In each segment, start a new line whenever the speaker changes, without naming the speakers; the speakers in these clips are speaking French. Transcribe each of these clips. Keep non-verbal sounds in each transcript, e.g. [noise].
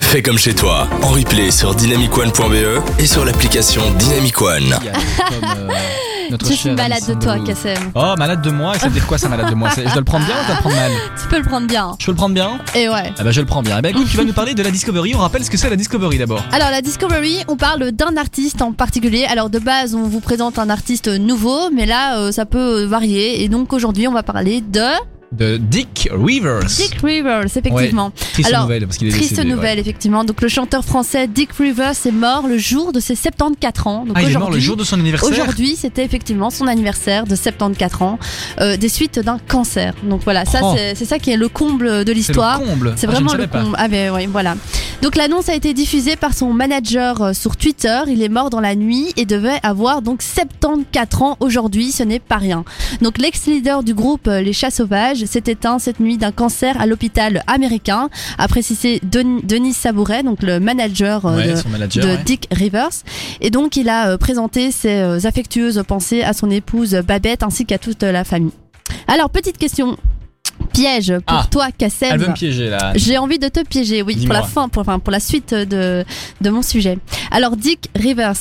Fais comme chez toi, en replay sur dynamicone.be E et sur l'application Dynamic One.
Yann,
[laughs]
comme, euh, notre
Tu es une
chère
malade de
Alison
toi,
Brie.
Kassem.
Oh, malade de moi, et ça veut dire quoi ça, malade de moi C'est- Je dois le prendre bien ou je dois le prendre mal
Tu peux le prendre bien.
Je peux le prendre bien
Et ouais.
Ah bah je le prends bien. Eh bah écoute, tu vas nous parler de la Discovery, on rappelle ce que c'est la Discovery d'abord.
Alors la Discovery, on parle d'un artiste en particulier. Alors de base, on vous présente un artiste nouveau, mais là, euh, ça peut euh, varier. Et donc aujourd'hui, on va parler de
De Dick Rivers.
Dick Rivers, effectivement.
Triste
Alors,
nouvelle, parce qu'il est
Triste
décédé, ouais.
nouvelle, effectivement. Donc le chanteur français Dick Rivers est mort le jour de ses 74 ans. Donc
Ah, il est mort
aujourd'hui-
le jour de son anniversaire
Aujourd'hui, c'était effectivement son anniversaire de 74 ans, euh, des suites d'un cancer. Donc voilà, ça
Oh.
c'est c'est ça qui est le comble de
C'est le
l'histoire.
comble.
C'est
Ah, je ne
vraiment le
savais pas.
comble. Ah ben oui, voilà. Donc l'annonce a été diffusée par son manager euh, sur Twitter. Il est mort dans la nuit et devait avoir donc 74 ans aujourd'hui. Ce n'est pas rien. Donc l'ex-leader du groupe euh, Les Chats Sauvages s'est éteint cette nuit d'un cancer à l'hôpital américain, a précisé Denis, Denis Sabouret, donc le manager euh,
Ouais,
de,
son manager.
de
ouais.
Dick Rivers. Et donc, il a euh, présenté ses euh, affectueuses pensées à son épouse euh, Babette ainsi qu'à toute la famille. Alors, petite question. Piège pour
Ah.
toi,
Elle veut
Kassem.
me piéger là.
J'ai envie de te piéger, oui, pour
Dis-moi.
la fin, pour, enfin, pour la suite de, de mon sujet. Alors, Dick Rivers,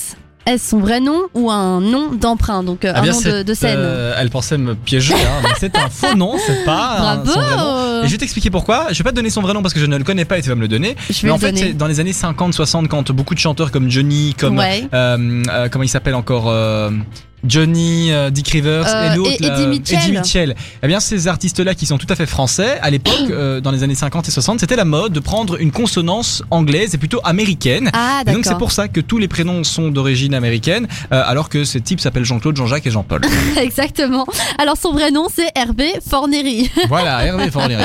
est-ce son vrai nom ou un nom d'emprunt Donc, euh,
Ah
un
bien,
nom de,
c'est,
de scène.
euh, elle pensait me piéger, hein, mais c'est un faux nom, c'est pas un- ah, son vrai nom.
Ah, Bravo
Et je vais t'expliquer pourquoi. Je vais pas te donner son vrai nom parce que je ne le connais pas et tu vas me le donner.
Je vais
Mais en
le
fait, c'est
donner.
dans les années 50-60, quand beaucoup de chanteurs comme Johnny, comme.
Ouais.
euh, euh, comment il s'appelle encore euh, Johnny, euh, Dick Rivers
Euh,
et l'autre.
et-
là,
Eddie Mitchell.
Mitchell. Eh bien, ces artistes-là qui sont tout à fait français, à
[coughs]
l'époque, euh, dans les années 50 et 60, c'était la mode de prendre une consonance anglaise et plutôt américaine.
Ah,
Et donc c'est
d'accord.
pour ça que tous les prénoms sont d'origine américaine, euh, alors que ces types s'appellent Jean-Claude, Jean-Jacques et
[laughs]
Jean-Paul.
[laughs] Exactement. Alors, son vrai nom, c'est Hervé Forneri.
voilà, Hervé Fornery.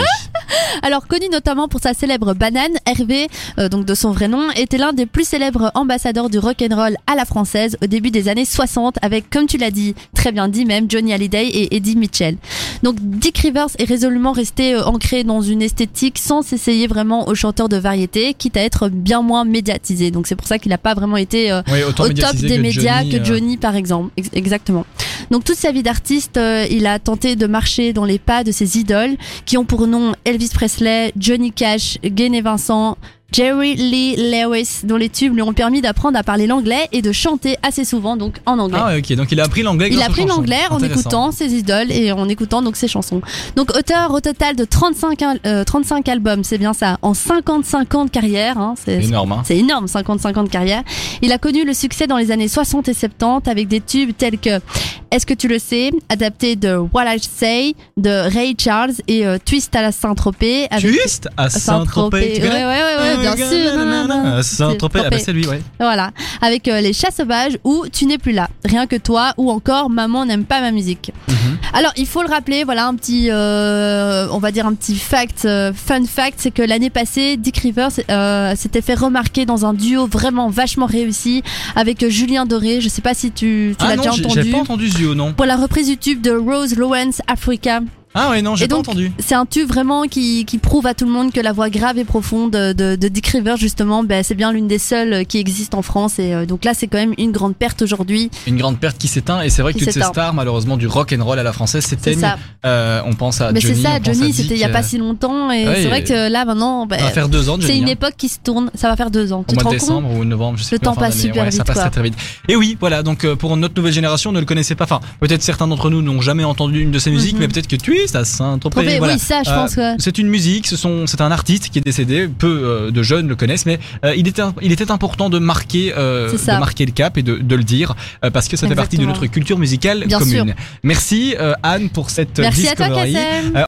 Alors connu notamment pour sa célèbre banane, Hervé, euh, donc de son vrai nom, était l'un des plus célèbres ambassadeurs du rock'n'roll à la française au début des années 60 avec, comme tu l'as dit, très bien dit même, Johnny Hallyday et Eddie Mitchell. Donc Dick Rivers est résolument resté euh, ancré dans une esthétique sans s'essayer vraiment aux chanteurs de variété, quitte à être bien moins médiatisé. Donc c'est pour ça qu'il n'a pas vraiment été euh,
Oui, autant
au top
médiatisé
des
que
médias
Johnny, euh,
que Johnny par exemple. Ex- exactement. Donc toute sa vie d'artiste, euh, il a tenté de marcher dans les pas de ses idoles qui ont pour nom Elvis Presley, Johnny Cash, Gainé Vincent, Jerry Lee Lewis, dont les tubes lui ont permis d'apprendre à parler l'anglais et de chanter assez souvent donc en anglais.
Ah ouais, ok, donc il a appris l'anglais.
Il
grâce
a
aux
pris
chansons.
l'anglais en
Intéressant.
écoutant ses idoles et en écoutant donc ses chansons. Donc auteur au total de 35, al- euh, 35 albums, c'est bien ça, en 55 ans de carrière, hein, c'est
Énorme, hein.
c'est énorme, 50-50 de carrière. Il a connu le succès dans les années 60 et 70 avec des tubes tels que Est-ce que tu le sais adapté de What I Say de Ray Charles et euh, Twist à la Saint-Tropez avec
Twist à Saint-Tropez. Tu
Ouais, ouais,
connais Ah,
ouais, ouais, bien sûr.
À Saint-Tropez, ah bah c'est lui, ouais.
Voilà, avec euh, les chats sauvages ou Tu n'es plus là, rien que toi ou encore Maman n'aime pas ma musique.
Mhm.
Alors il faut le rappeler, voilà un petit, euh, on va dire un petit fact, euh, fun fact, c'est que l'année passée Dick Rivers euh, s'était fait remarquer dans un duo vraiment vachement réussi avec euh, Julien Doré. Je sais pas si tu, tu
Ah
l'as
non,
déjà
j'ai-
entendu.
j'ai pas entendu Zio, non.
Pour la reprise du tube de Rose Lawrence Africa.
Ah ouais, non, j'ai
Et
pas
donc-
entendu.
C'est un tube vraiment qui, qui prouve à tout le monde que la voix grave et profonde de, de Dick Rivers, justement, ben, c'est bien l'une des seules qui existe en France. Et euh, donc là, c'est quand même une grande perte aujourd'hui.
Une grande perte qui s'éteint, et c'est vrai que
Qui
toutes ces
s'éteint.
stars, malheureusement, du rock and roll à la française
C'est
s'éteignent.
ça.
Euh, on pense à
Mais
Johnny.
c'est ça,
on pense à
Johnny, c'était il
Dick,
n'y a
euh,
pas si longtemps. Et
ouais,
c'est vrai que là, maintenant, ben,
Ça va faire deux ans, de
c'est
Johnny.
une
hein.
époque qui se tourne. Ça va faire deux ans.
Au
tu te
mois
rends
de
compte
décembre ou novembre, je sais
Le
plus,
temps
en fin d'année.
passe super
Ouais, ça
vite,
passe
quoi.
très très vite. Et oui, voilà, donc euh, pour notre nouvelle génération, ne le connaissez pas. Enfin, peut-être certains d'entre nous n'ont jamais entendu une de ses musiques,
Mhm.
mais peut-être que tu es à Saint-Tropez.
Trompé,
voilà.
Oui, ça, je
Euh,
pense que.
C'est une musique, ce sont- c'est un artiste qui est décédé, peu euh, de jeunes le connaissent, mais euh, il, était, il était important de marquer, euh,
C'est ça.
de marquer le cap et de, de le dire, euh, parce que ça fait partie de
Exactement.
notre culture musicale
Bien
commune. Merci euh, Anne pour cette
Merci à toi,
discovery.
Kassem.